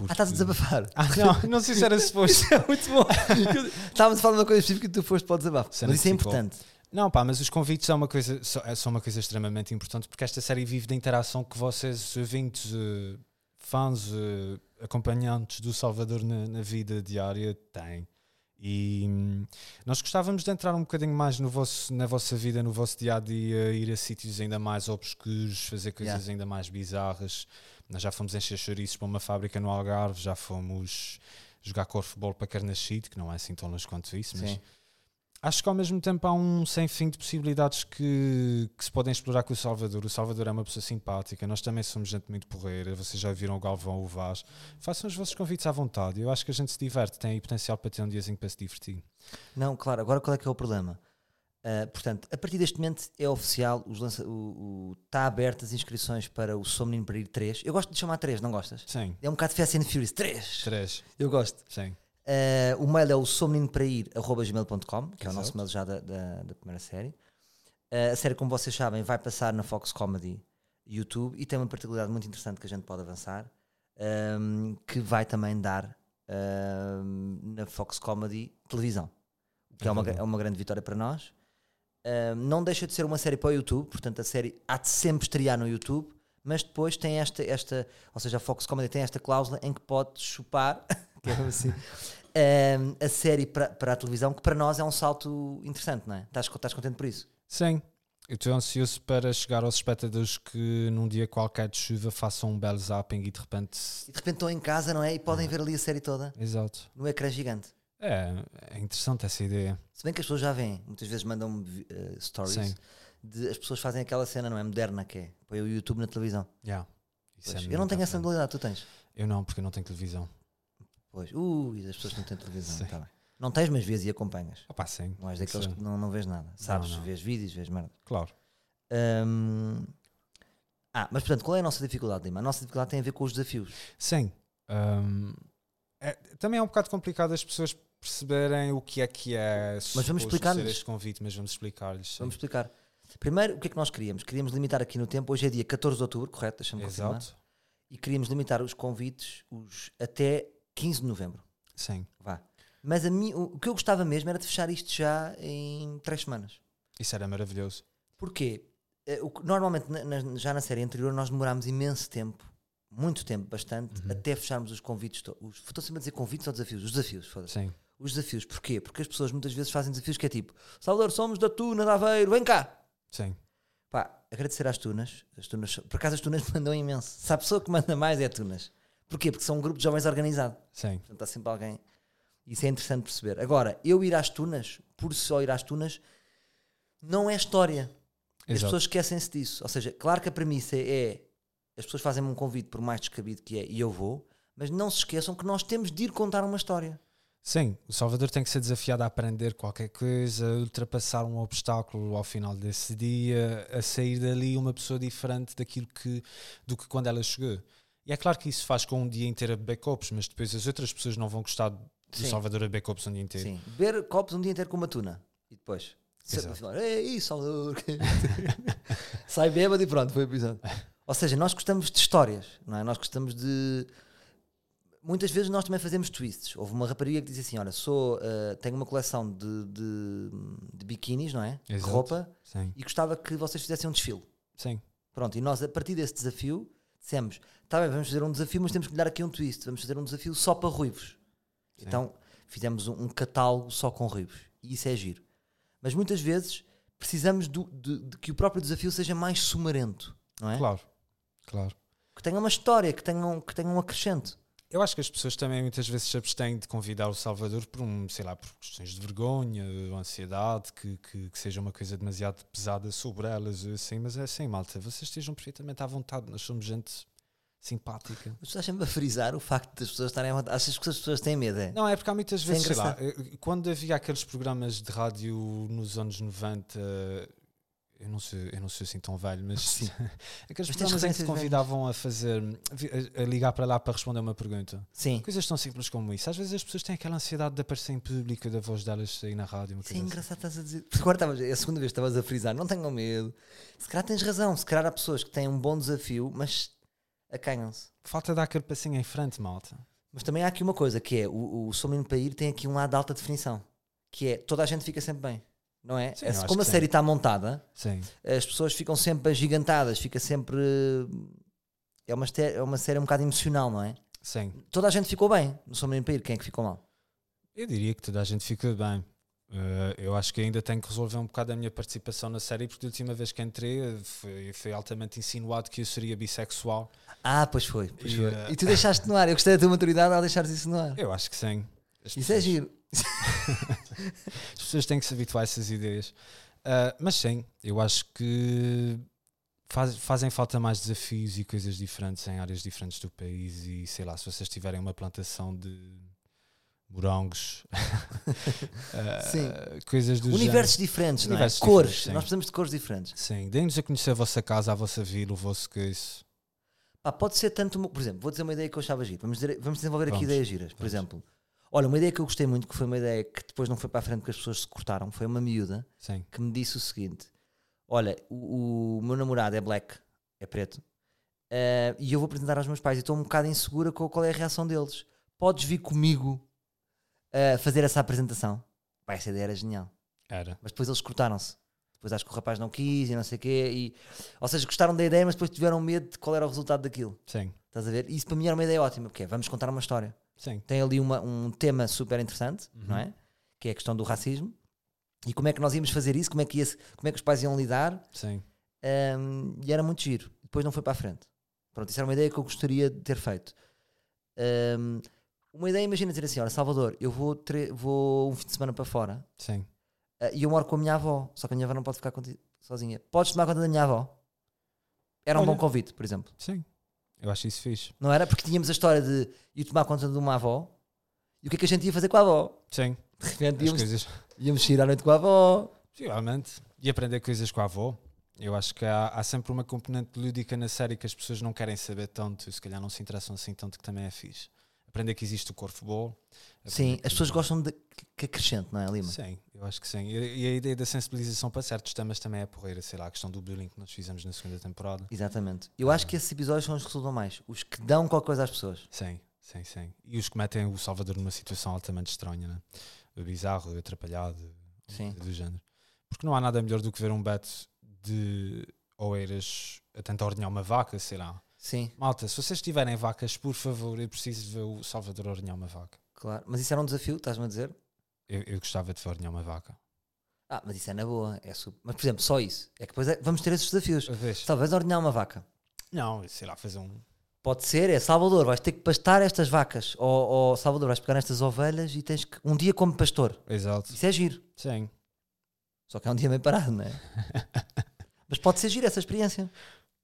ah, estás a desabafar. Ah, não, não sei se era suposto. Isso é muito bom. Estávamos a falar de uma coisa específica que tu foste para o desabafo. Cena Mas isso é de psicólogo. importante. Não, pá, mas os convites são uma coisa, são, é- são uma coisa extremamente importante porque esta série vive da interação que vocês, ouvintes, eh, fãs, eh, acompanhantes do Salvador na, na vida diária têm. E hum, nós gostávamos de entrar um bocadinho mais no vosso, na vossa vida, no vosso dia a dia, ir a sítios ainda mais obscuros, fazer coisas Yeah. ainda mais bizarras. Nós já fomos encher chouriços para uma fábrica no Algarve, já fomos jogar corfball para Carnachide, que não é assim tão longe quanto isso, mas Sim. Acho que ao mesmo tempo há um sem fim de possibilidades que, que se podem explorar com o Salvador. O Salvador é uma pessoa simpática, nós também somos gente muito porreira. Vocês já viram o Galvão, o Vaz. Façam os vossos convites à vontade. Eu acho que a gente se diverte, tem aí potencial para ter um diazinho para se divertir. Não, claro, agora qual é que é o problema? Ah, portanto, a partir deste momento é oficial, os lança, o, está aberto as inscrições para o Sou Menino para ir 3. Eu gosto de chamar 3, não gostas? Sim, É um bocado Fast and Furious 3. três. Eu gosto. Sim. Eh, o mail é o somninoprair.gmail.com, que é o nosso Exato. mail já da, da- da primeira série. Eh, a série, como vocês sabem, vai passar na Fox Comedy YouTube e tem uma particularidade muito interessante que a gente pode avançar, ehm, que vai também dar ehm, na Fox Comedy televisão, o que é, uma, gra- é uma grande vitória para nós. Ehm, não deixa de ser uma série para o YouTube, portanto a série há de sempre estrear no YouTube, mas depois tem esta, esta ou seja, a Fox Comedy tem esta cláusula em que pode chupar que é assim, ehm, a série para, para a televisão, que para nós é um salto interessante, não é? Estás, co- estás contente por isso? Sim. Eu estou ansioso para chegar aos espectadores que num dia qualquer de chuva façam um belo zapping e de repente. se- E de repente estão em casa, não é? E Uhum. podem ver ali a série toda Exato. no ecrã gigante. É, é interessante essa ideia. Se bem que as pessoas já veem, muitas vezes mandam-me vi- eh, stories. Sim. De, as pessoas fazem aquela cena, não é? Moderna que é. Põe o YouTube na televisão. Yeah. Isso é Pois, eu muito não tenho à essa frente. habilidade, tu tens. Eu não, porque eu não tenho televisão. Pois. Ui, as pessoas que não têm televisão. Sim. tá bem. Não tens, mas vês e acompanhas. Ah, pá, sim. Não és daqueles Sim. que não, não vês nada. Sabes, não. vês vídeos, vês merda. Claro. Hum, Ah, mas portanto, qual é a nossa dificuldade, Lima? A nossa dificuldade tem a ver com os desafios. Sim. Hum, é- também é um bocado complicado as pessoas perceberem o que é que é vamos suposto explicar-lhes. ser este convite, mas vamos explicar-lhes. sim. Vamos explicar. Primeiro, o que é que nós queríamos? Queríamos limitar aqui no tempo. Hoje é dia 14 de outubro, correto? Deixa-me confirmar. Exato. E queríamos limitar os convites os até 15 de novembro. Sim. Vá. Mas a mim, o o que eu gostava mesmo era de fechar isto já em 3 semanas. Isso era maravilhoso. Porquê? Eh, o que- Normalmente, na- na- já na série anterior, nós demorámos imenso tempo, muito tempo, bastante, Uhum. até fecharmos os convites. to- os- Estou sempre a dizer convites ou desafios? Os desafios, foda-se. Sim. Os desafios, porquê? Porque as pessoas muitas vezes fazem desafios que é tipo Salvador, somos da Tuna, da Aveiro, vem cá! Sim. Pá, agradecer às Tunas. As tunas por acaso as Tunas mandam imenso. Se a pessoa que manda mais é a Tunas. Porquê? Porque são um grupo de jovens organizado. Sim. Portanto, há sempre alguém. Isso é interessante perceber. Agora, eu ir às Tunas, por só ir às Tunas, não é história. E As Exato. pessoas esquecem-se disso. Ou seja, claro que a premissa é as pessoas fazem-me um convite, por mais descabido que é, e eu vou, mas não se esqueçam que nós temos de ir contar uma história. Sim, o Salvador tem que ser desafiado a aprender qualquer coisa, a ultrapassar um obstáculo ao final desse dia, a sair dali uma pessoa diferente daquilo que, do que quando ela chegou. E é claro que isso faz com um dia inteiro a beber copos, mas depois as outras pessoas não vão gostar do Sim. Salvador a beber copos um dia inteiro. Sim. Beber copos um dia inteiro com uma tuna. E depois. Exato. sempre a falar, É isso, Salvador. Sai bêbado e pronto, foi o episódio. Ou seja, nós gostamos de histórias, não é? Nós gostamos de. Muitas vezes nós também fazemos twists. Houve uma rapariga que disse assim: Olha, sou, eh, tenho uma coleção de, de, de biquinis, não é? De Exato. roupa, Sim, e gostava que vocês fizessem um desfile. sim, Pronto, e nós a partir desse desafio dissemos: tá bem, vamos fazer um desafio, mas temos que lhe dar aqui um twist. Vamos fazer um desafio só para ruivos. Então fizemos um, um catálogo só com ruivos. E isso é giro. Mas muitas vezes precisamos do- de, de que o próprio desafio seja mais sumarento, não é? claro, claro. Que tenha uma história, que tenha um, que tenha um acrescente. Eu acho que as pessoas também muitas vezes se abstêm de convidar o Salvador por um, sei lá, por questões de vergonha, ou ansiedade, que, que, que seja uma coisa demasiado pesada sobre elas, ou assim, mas é assim, malta, vocês estejam perfeitamente à vontade, nós somos gente simpática. Mas tu estás sempre a frisar o facto de as pessoas estarem à vontade. Achas que as pessoas têm medo? É? Não, é porque há muitas Isso é vezes, sei lá, eh, quando havia aqueles programas de rádio nos anos 90, eu não sei, eu não sei assim tão velho, mas aqueles Mas tens programas em que referências se velhas. convidavam a fazer, a- a ligar para lá para responder uma pergunta. Sim. Coisas tão simples como isso. Às vezes as pessoas têm aquela ansiedade de aparecer em público, da voz delas sair na rádio. Uma Sim, coisa é assim. engraçado estás a dizer. Porque Agora estavas, é a segunda vez que estavas a frisar, não tenham medo. Se calhar tens razão, se calhar há pessoas que têm um bom desafio, mas acanham-se. Falta dar aquele passinho em frente, malta. Mas também há aqui uma coisa que é: o, o Sou Menino para Ir tem aqui um lado de alta definição, que é toda a gente fica sempre bem, não é? Sim, É, eu acho Como a que série sim. está montada, Sim, as pessoas ficam sempre agigantadas, fica sempre. É uma, este- é uma série um bocado emocional, não é? sim. Toda a gente ficou bem no Sou Menino para Ir, quem é que ficou mal? Eu diria que toda a gente fica bem. Eh, eu acho que ainda tenho que resolver um bocado a minha participação na série, porque da última vez que entrei eh, foi, foi altamente insinuado que eu seria bissexual. Ah, pois foi. Pois E, foi. eh, E tu deixaste no ar, eu gostei da tua maturidade ao deixares isso no ar. Eu acho que sim. As Isso é pessoas- giro. As pessoas têm que se habituar a essas ideias. Ah, mas sim, eu acho que faz- fazem falta mais desafios e coisas diferentes em áreas diferentes do país. E sei lá, se vocês tiverem uma plantação de morangos, ah, Sim. coisas do Universos diferentes, não é? Universos Cores. diferentes, sim. Nós precisamos de cores diferentes. género. Sim, deem-nos a conhecer a vossa casa, a vossa vila, o vosso coice. Pá, pode ser tanto. uma- Por exemplo, vou dizer uma ideia que eu achava gira. Vamos, dizer- vamos desenvolver aqui Vamos, ideias giras. Por vamos. exemplo, olha, uma ideia que eu gostei muito, que foi uma ideia que depois não foi para a frente porque as pessoas se cortaram, foi uma miúda Sim, que me disse o seguinte: Olha, o, o meu namorado é black, é preto, eh, e eu vou apresentar aos meus pais e estou um bocado insegura com qual é a reação deles. Podes vir comigo eh, fazer essa apresentação? Pá, essa ideia era genial. era. Mas depois eles cortaram-se. Depois acho que o rapaz não quis e não sei o quê. E... Ou seja, gostaram da ideia, mas depois tiveram medo de qual era o resultado daquilo. Sim, Estás a ver? Isso para mim era uma ideia ótima, porque é, vamos contar uma história. sim. Tem ali uma- um tema super interessante, não é? Que é a questão do racismo. E como é que nós íamos fazer isso? Como é que, ia, como é que os pais iam lidar? Sim, Ahm, e era muito giro. Depois não foi para a frente. Pronto, isso era uma ideia que eu gostaria de ter feito. Ahm, uma ideia, imagina dizer assim: olha, Salvador, eu vou, tre- vou um fim de semana para fora sim. ah, e eu moro com a minha avó, só que a minha avó não pode ficar conti- sozinha. Podes tomar conta da minha avó? Era um Olha. bom convite, por exemplo. Sim, eu acho isso fixe. Não era? Porque tínhamos a história de ir tomar conta de uma avó e o que é que a gente ia fazer com a avó? Sim, De repente as íamos, coisas. íamos sair à noite com a avó. Possivelmente. E aprender coisas com a avó. Eu acho que há, há sempre uma componente lúdica na série que as pessoas não querem saber tanto, e se calhar não se interessam assim tanto, que também é fixe. Aprender que existe o corfball. Sim, aprender as que- pessoas gostam de que acrescente, não é, Lima? É Sim, eu acho que sim. E, e a ideia da sensibilização para certos temas também é porreira, sei lá, a questão do bullying que nós fizemos na segunda temporada. Exatamente. Eu acho que esses episódios são os que resultam mais. Os que dão qualquer coisa às pessoas. Sim, sim, sim. E os que metem o Salvador numa situação altamente estranha, né? Bizarro, atrapalhado, Sim. coisa do género. Porque não há nada melhor do que ver um bet de oeiras a tentar ordenhar uma vaca, sei lá. Sim, Malta, se vocês tiverem vacas, por favor, eu preciso ver o Salvador ordenhar uma vaca. claro. Mas isso era um desafio, estás-me a dizer? Eu, eu gostava de ver ordenhar uma vaca. Ah, mas isso é na boa. É super... Mas, por exemplo, só isso. É que depois é- vamos ter esses desafios. Vês? Talvez ordenhar uma vaca. Não, sei lá, fazer um. Pode ser, é Salvador, vais ter que pastar estas vacas. Ou, ou, Salvador, vais pegar nestas ovelhas e tens que. Um dia como pastor. Exato. Isso é giro. Sim. Só que é um dia meio parado, não é? Mas pode ser giro essa experiência.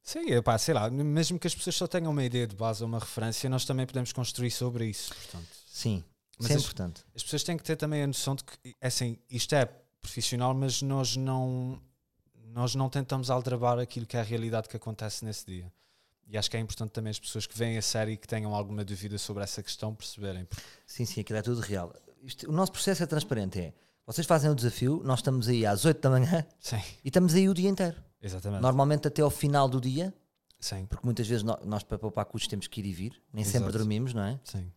Sim, é pá, sei lá, mesmo que as pessoas só tenham uma ideia de base ou uma referência, nós também podemos construir sobre isso. Portanto, Sim. Mas Isso é as- importante. as pessoas têm que ter também a noção de que, assim, isto é profissional, mas nós não, nós não tentamos aldrabar aquilo que é a realidade que acontece nesse dia. E acho que é importante também as pessoas que veem a série e que tenham alguma dúvida sobre essa questão perceberem. porque Sim, sim, aquilo é tudo real. Isto- o nosso processo é transparente. É. Vocês fazem o desafio, nós estamos aí às 8 da manhã Sim, e estamos aí o dia inteiro. exatamente. Normalmente até ao final do dia, Sim, porque muitas vezes no- nós para poupar custos temos que ir e vir, nem sempre Exato. dormimos, não é? sim,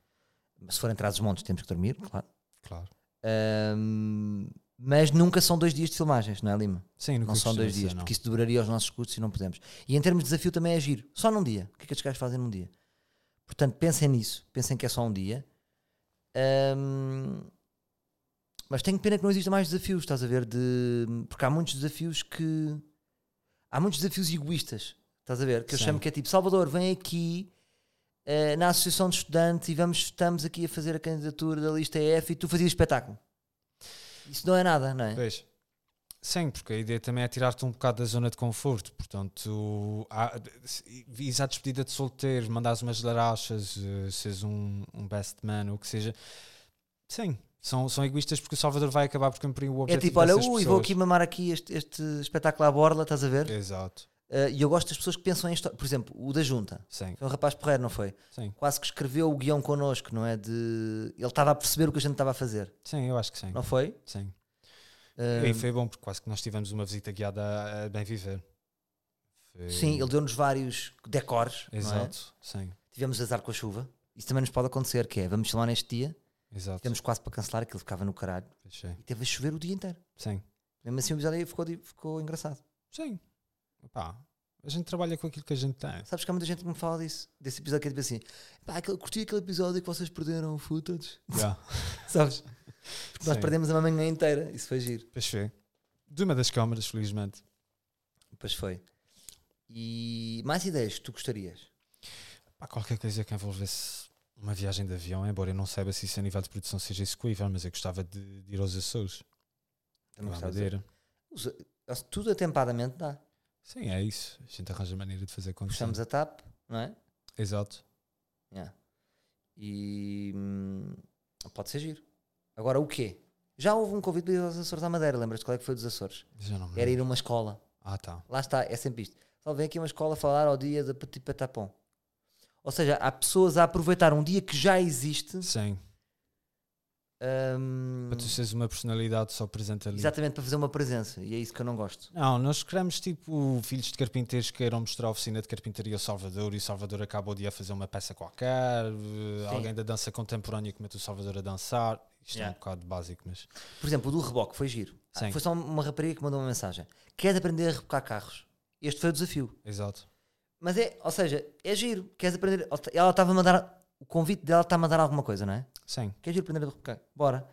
Se forem atrás dos montes temos que dormir, claro. claro. Ahm, mas nunca são dois dias de filmagens, não é, Lima? Sim, nunca Não são costuma dois ser, dias, não. porque isso dobraria os nossos custos e não podemos. E em termos de desafio também é giro. Só num dia. O que é que estes gajos fazem num dia? Portanto, pensem nisso. Pensem que é só um dia. Ahm, mas tenho pena que não exista mais desafios, estás a ver? De... Porque há muitos desafios que. Há muitos desafios egoístas, estás a ver? Que eu Sim. chamo que é tipo: Salvador, vem aqui eh, na Associação de Estudantes e vamos, estamos aqui a fazer a candidatura da lista F e tu fazias espetáculo. Isso não é nada, não é? Pois. Sim, porque a ideia também é tirar-te um bocado da zona de conforto. Portanto, há, se- ires à despedida de solteiro, mandares umas larachas, eh, seres um, um best man ou o que seja. Sim, são, são egoístas porque o Salvador vai acabar por cumprir o É objetivo. tipo, olha, ui, dessas pessoas. É. vou aqui mamar aqui este, este espetáculo à borla, estás a ver? Exato. Eh, E eu gosto das pessoas que pensam em história. Por exemplo, o da Junta. Sim, Foi um rapaz porreiro, não foi? sim, Quase que escreveu o guião connosco, não é? De... Ele estava a perceber o que a gente estava a fazer, sim, eu acho que sim. não foi? sim. Eh, E foi bom porque quase que nós tivemos uma visita guiada a- a Bem Viver. Foi- sim, ele deu-nos vários decores, não é? Exato, sim, Tivemos azar com a chuva. Isso também nos pode acontecer, que é, vamos filmar neste dia, exato. tivemos quase para cancelar, aquilo ficava no caralho, Fechei. e teve a chover o dia inteiro. Sim. Mesmo assim o episódio aí ficou, di- ficou engraçado. Sim. Pá, a gente trabalha com aquilo que a gente tem. Sabes que há muita gente que me fala disso, desse episódio que é tipo assim, pá, aquele, curti aquele episódio que vocês perderam o footage. sabes? Porque nós Sim. perdemos uma manhã inteira, isso foi giro. Pois foi. De uma das câmaras, felizmente. Pois foi. E mais ideias que tu gostarias? Pá, qualquer coisa que envolvesse Uma viagem de avião, embora eu não saiba se isso a nível de produção seja execuível, mas eu gostava de, de ir aos Açores, Também lá à gostava de Madeira. dizer. Os- Tudo atempadamente dá. Sim, é isso. A gente arranja maneira de fazer acontecer. Puxamos a TAP, não é? Exato. Yeah. E hum, pode ser giro. Agora o quê? Já houve um convite para ir aos Açores à Madeira, lembras-te qual é que foi dos Açores? Já não me Era lembro. ir a uma escola. Ah, tá. Lá está, é sempre isto. Só vem aqui uma escola falar ao dia da Petit Patapom. Ou seja, há pessoas a aproveitar um dia que já existe. Sim. hum, Para tu seres uma personalidade só presente ali. exatamente para fazer uma presença. E é isso que eu não gosto. Não, nós queremos tipo filhos de carpinteiros que queiram mostrar a oficina de carpintaria ao Salvador e o Salvador acaba o dia a fazer uma peça qualquer, eh, alguém da dança contemporânea que mete o Salvador a dançar. Isto é Yeah. um bocado básico, mas Por exemplo, o do reboque foi giro. Ah, Sim. Foi só uma rapariga que mandou uma mensagem. Queres aprender a rebocar carros? Este foi o desafio. exato. Mas é, ou seja, é giro. Queres aprender? Ela estava a mandar. O convite dela está a mandar alguma coisa, não é? Sim, Queres ir aprender a rebocar? Bora.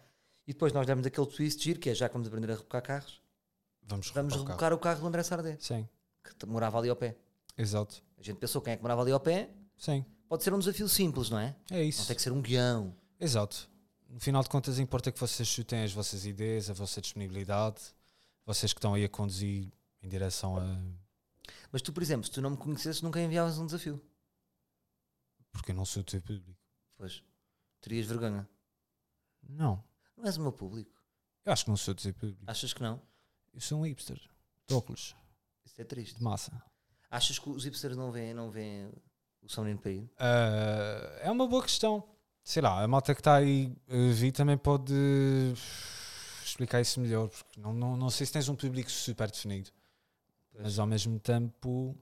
E depois nós demos aquele twist giro que é já que vamos aprender a rebocar carros, vamos, vamos rebocar o carro. rebocar o carro do André Sardé, Sim, que t- morava ali ao pé. exato. A gente pensou quem é que morava ali ao pé. Sim, Pode ser um desafio simples, não é? é Não isso. tem que ser um guião. Exato. No final de contas, importa que vocês chutem as vossas ideias, a vossa disponibilidade, vocês que estão aí a conduzir em direção a. Mas tu, por exemplo, se tu não me conhecesses, nunca enviavas um desafio. Porque eu não sou o teu público. Pois. Terias vergonha. Não, Não és o meu público. eu acho que não sou o teu público. Achas que não? Eu sou um hipster, de óculos, Isso é triste. de massa. Achas que os hipsters não veem, não veem o São Menino para ir? Ah, é uma boa questão. Sei lá, a malta que está aí eh, vi também pode eh, explicar isso melhor, porque não, não, não sei se tens um público super definido, Pois. mas ao mesmo tempo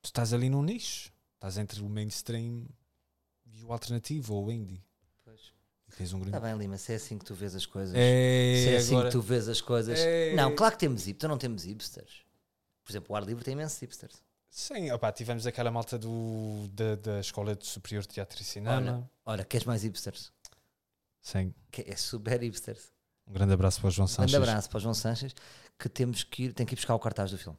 tu estás ali num nicho, estás entre o mainstream e o alternativo ou o indie. Pois. E tens um Está grande. bem, Lima, se é assim que tu vês as coisas. se é É, assim agora, que tu vês as coisas. É. Não, claro que temos hipsters, não temos hipsters. Por exemplo, o ar livre tem imensos hipsters. Sim, opá, tivemos aquela malta do, da, da Escola de Superior de Teatro e Cinema. Olha, olha, queres mais hipsters? Sim, Que é super hipsters. um grande abraço para o João Sanches. Grande abraço para o João Sanches, que temos que ir, tem que ir buscar o cartaz do filme.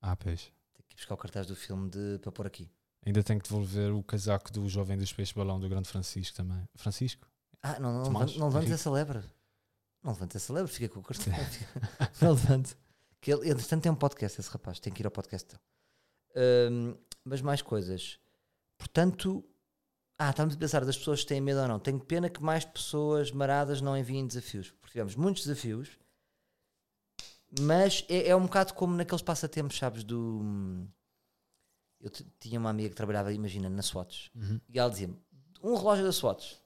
Ah, pois. Tem que ir buscar o cartaz do filme de, para pôr aqui. Ainda tenho que devolver o casaco do jovem dos peixes balão do grande Francisco também. Francisco? Ah, não, não, Tomás, levante- não levantes Henrique. essa lebre. Não levantes essa lebre, fica com o cartaz. não levante. Que ele, entretanto, tem um podcast, esse rapaz, tem que ir ao podcast dele. Ahm, mas mais coisas. Portanto, ah, estamos a pensar das pessoas que têm medo ou não. Tenho pena que mais pessoas maradas não enviem desafios, porque tivemos muitos desafios, mas é, é um bocado como naqueles passatempos, sabes, do. Eu t- tinha uma amiga que trabalhava, imagina, na Swatch, e ela dizia-me: um relógio da Swatch.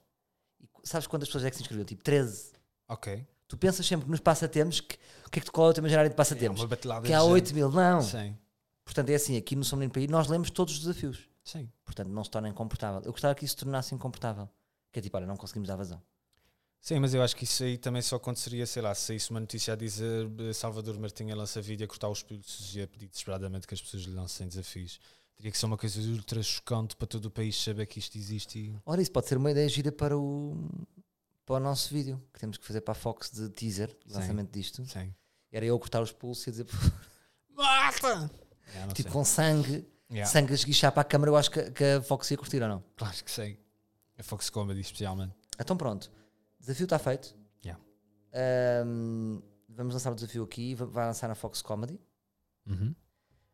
E qu- sabes quantas pessoas é que se inscreviam? Tipo 13. Ok. Tu pensas sempre nos passatempos, que, o que é que tu cola o teu imaginário de passatempos? É batelada que há gente. 8 mil, não. Sim, Portanto, é assim, aqui no São Menino País nós lemos todos os desafios. sim. Portanto, não se torna incomportável. Eu gostava que isso se tornasse incomportável. Que é tipo, olha, não conseguimos dar vazão. Sim, mas eu acho que isso aí também só aconteceria, sei lá, se saísse uma notícia a dizer eh, Salvador Martinha lança vídeo a cortar os pulsos e a pedir desesperadamente que as pessoas lhe lancem desafios. Teria que ser uma coisa ultra chocante para todo o país saber que isto existe e... Ora, isso pode ser uma ideia gira para o, para o nosso vídeo que temos que fazer para a Fox de teaser, do Sim. lançamento disto. Sim. Era eu a cortar os pulsos e a dizer, Mata! Yeah, É, não tipo, sei. com sangue, Yeah, sangue a esguichar para a câmara. Eu acho que, que a Fox ia curtir ou não. Claro que sim. A Fox Comedy especialmente. Então pronto, desafio está feito. Yeah. Ahm, vamos lançar o desafio aqui, va- vai lançar na Fox Comedy.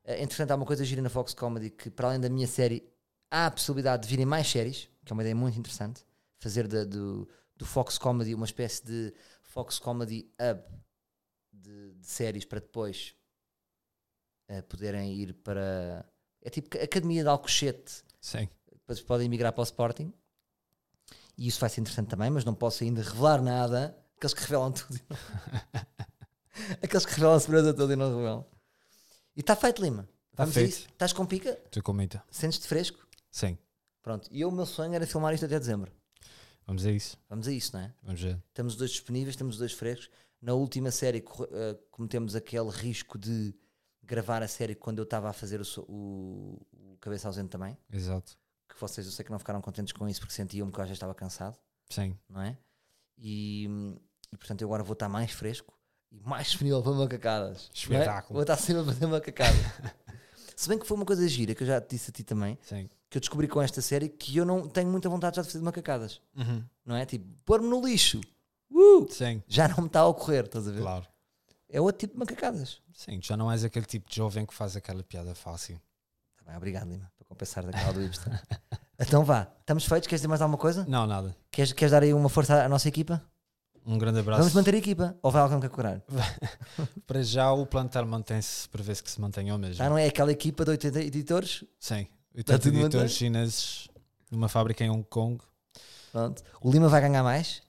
Eh, Entretanto, há uma coisa gira na Fox Comedy que, para além da minha série, há a possibilidade de virem mais séries, que é uma ideia muito interessante. Fazer da- do, do Fox Comedy uma espécie de Fox Comedy Hub de, de séries para depois eh, poderem ir para. É tipo a Academia de Alcochete Sim. depois podem migrar para o Sporting. E isso vai ser interessante também, mas não posso ainda revelar nada. Aqueles que revelam tudo. e não- Aqueles que revelam a segurança toda e não revelam. E está feito, Lima. Vamos a feito. isso. Estás com pica? Tu comenta. Sentes-te fresco? Sim. Pronto. E eu, o meu sonho era filmar isto até dezembro. Vamos a isso. Vamos a isso, não é? Vamos ver. Estamos os dois disponíveis, estamos os dois frescos. Na última série corre- eh, cometemos aquele risco de gravar a série quando eu estava a fazer o, so- o, o Cabeça Ausente também. Exato. Que vocês, eu sei que não ficaram contentes com isso porque sentiam-me que eu já estava cansado. Sim. não é? E, hum, e, portanto eu agora vou estar mais fresco e mais disponível para macacadas. não é? Espetáculo. Vou estar sempre a fazer macacadas. Se bem que foi uma coisa gira que eu já te disse a ti também, Sim. que eu descobri com esta série que eu não tenho muita vontade já de fazer de macacadas. Uhum. Não é? Tipo, pôr-me no lixo. Uh! Sim, Já não me está a ocorrer, estás a ver? claro. É outro tipo de macacadas. Sim, tu já não és aquele tipo de jovem que faz aquela piada fácil. Tá bem, obrigado, Lima, para compensar daquela do hipster. então vá, estamos feitos. Queres dizer mais alguma coisa? Não, nada. Queres, queres dar aí uma força à nossa equipa? Um grande abraço. Vamos manter a equipa. Ou vai alguém que curar? Para já o plantar mantém-se, prevê-se que se mantenha o mesmo. Já não é aquela equipa de 80 editores? Sim. E Tá tanto tudo editores mantém? chineses numa fábrica em Hong Kong. Pronto. O Lima vai ganhar mais?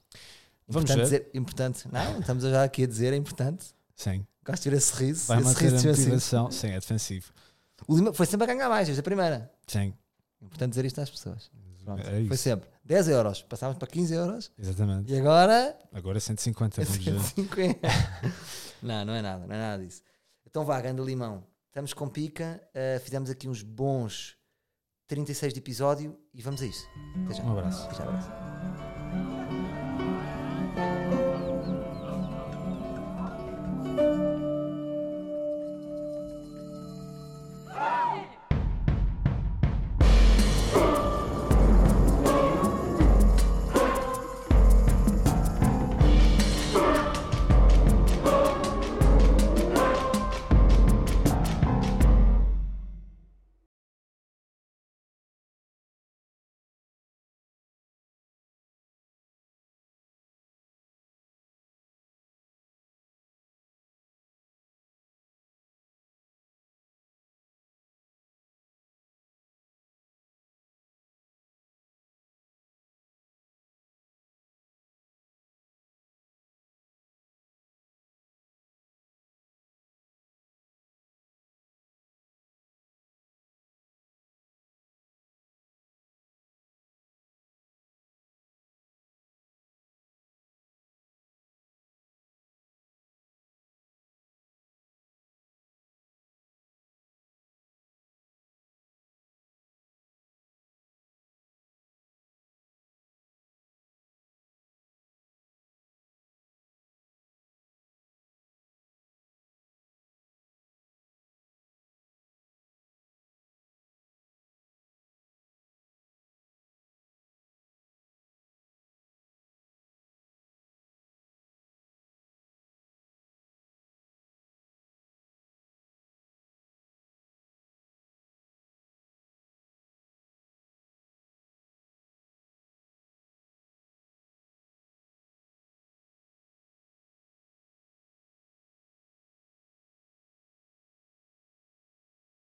Vamos importante ver. dizer- importante. Não, estamos já aqui a dizer, é importante. Sim. Gosto de ver esse riso. Vai esse manter riso a defensivo. motivação. Sim, é defensivo. O Lima foi sempre a ganhar mais, desde a primeira. Sim. É Importante dizer isto às pessoas. Pronto. É Foi isso. sempre 10 euros, passámos para 15 euros Exatamente. e agora Agora 150, é Então vamos ver. 150. não, não é nada, não é nada disso. Então vá, grande limão. Estamos com pica, eh, fizemos aqui uns bons 36 de episódio e vamos a isso. Até já. Um abraço. Até já, abraço.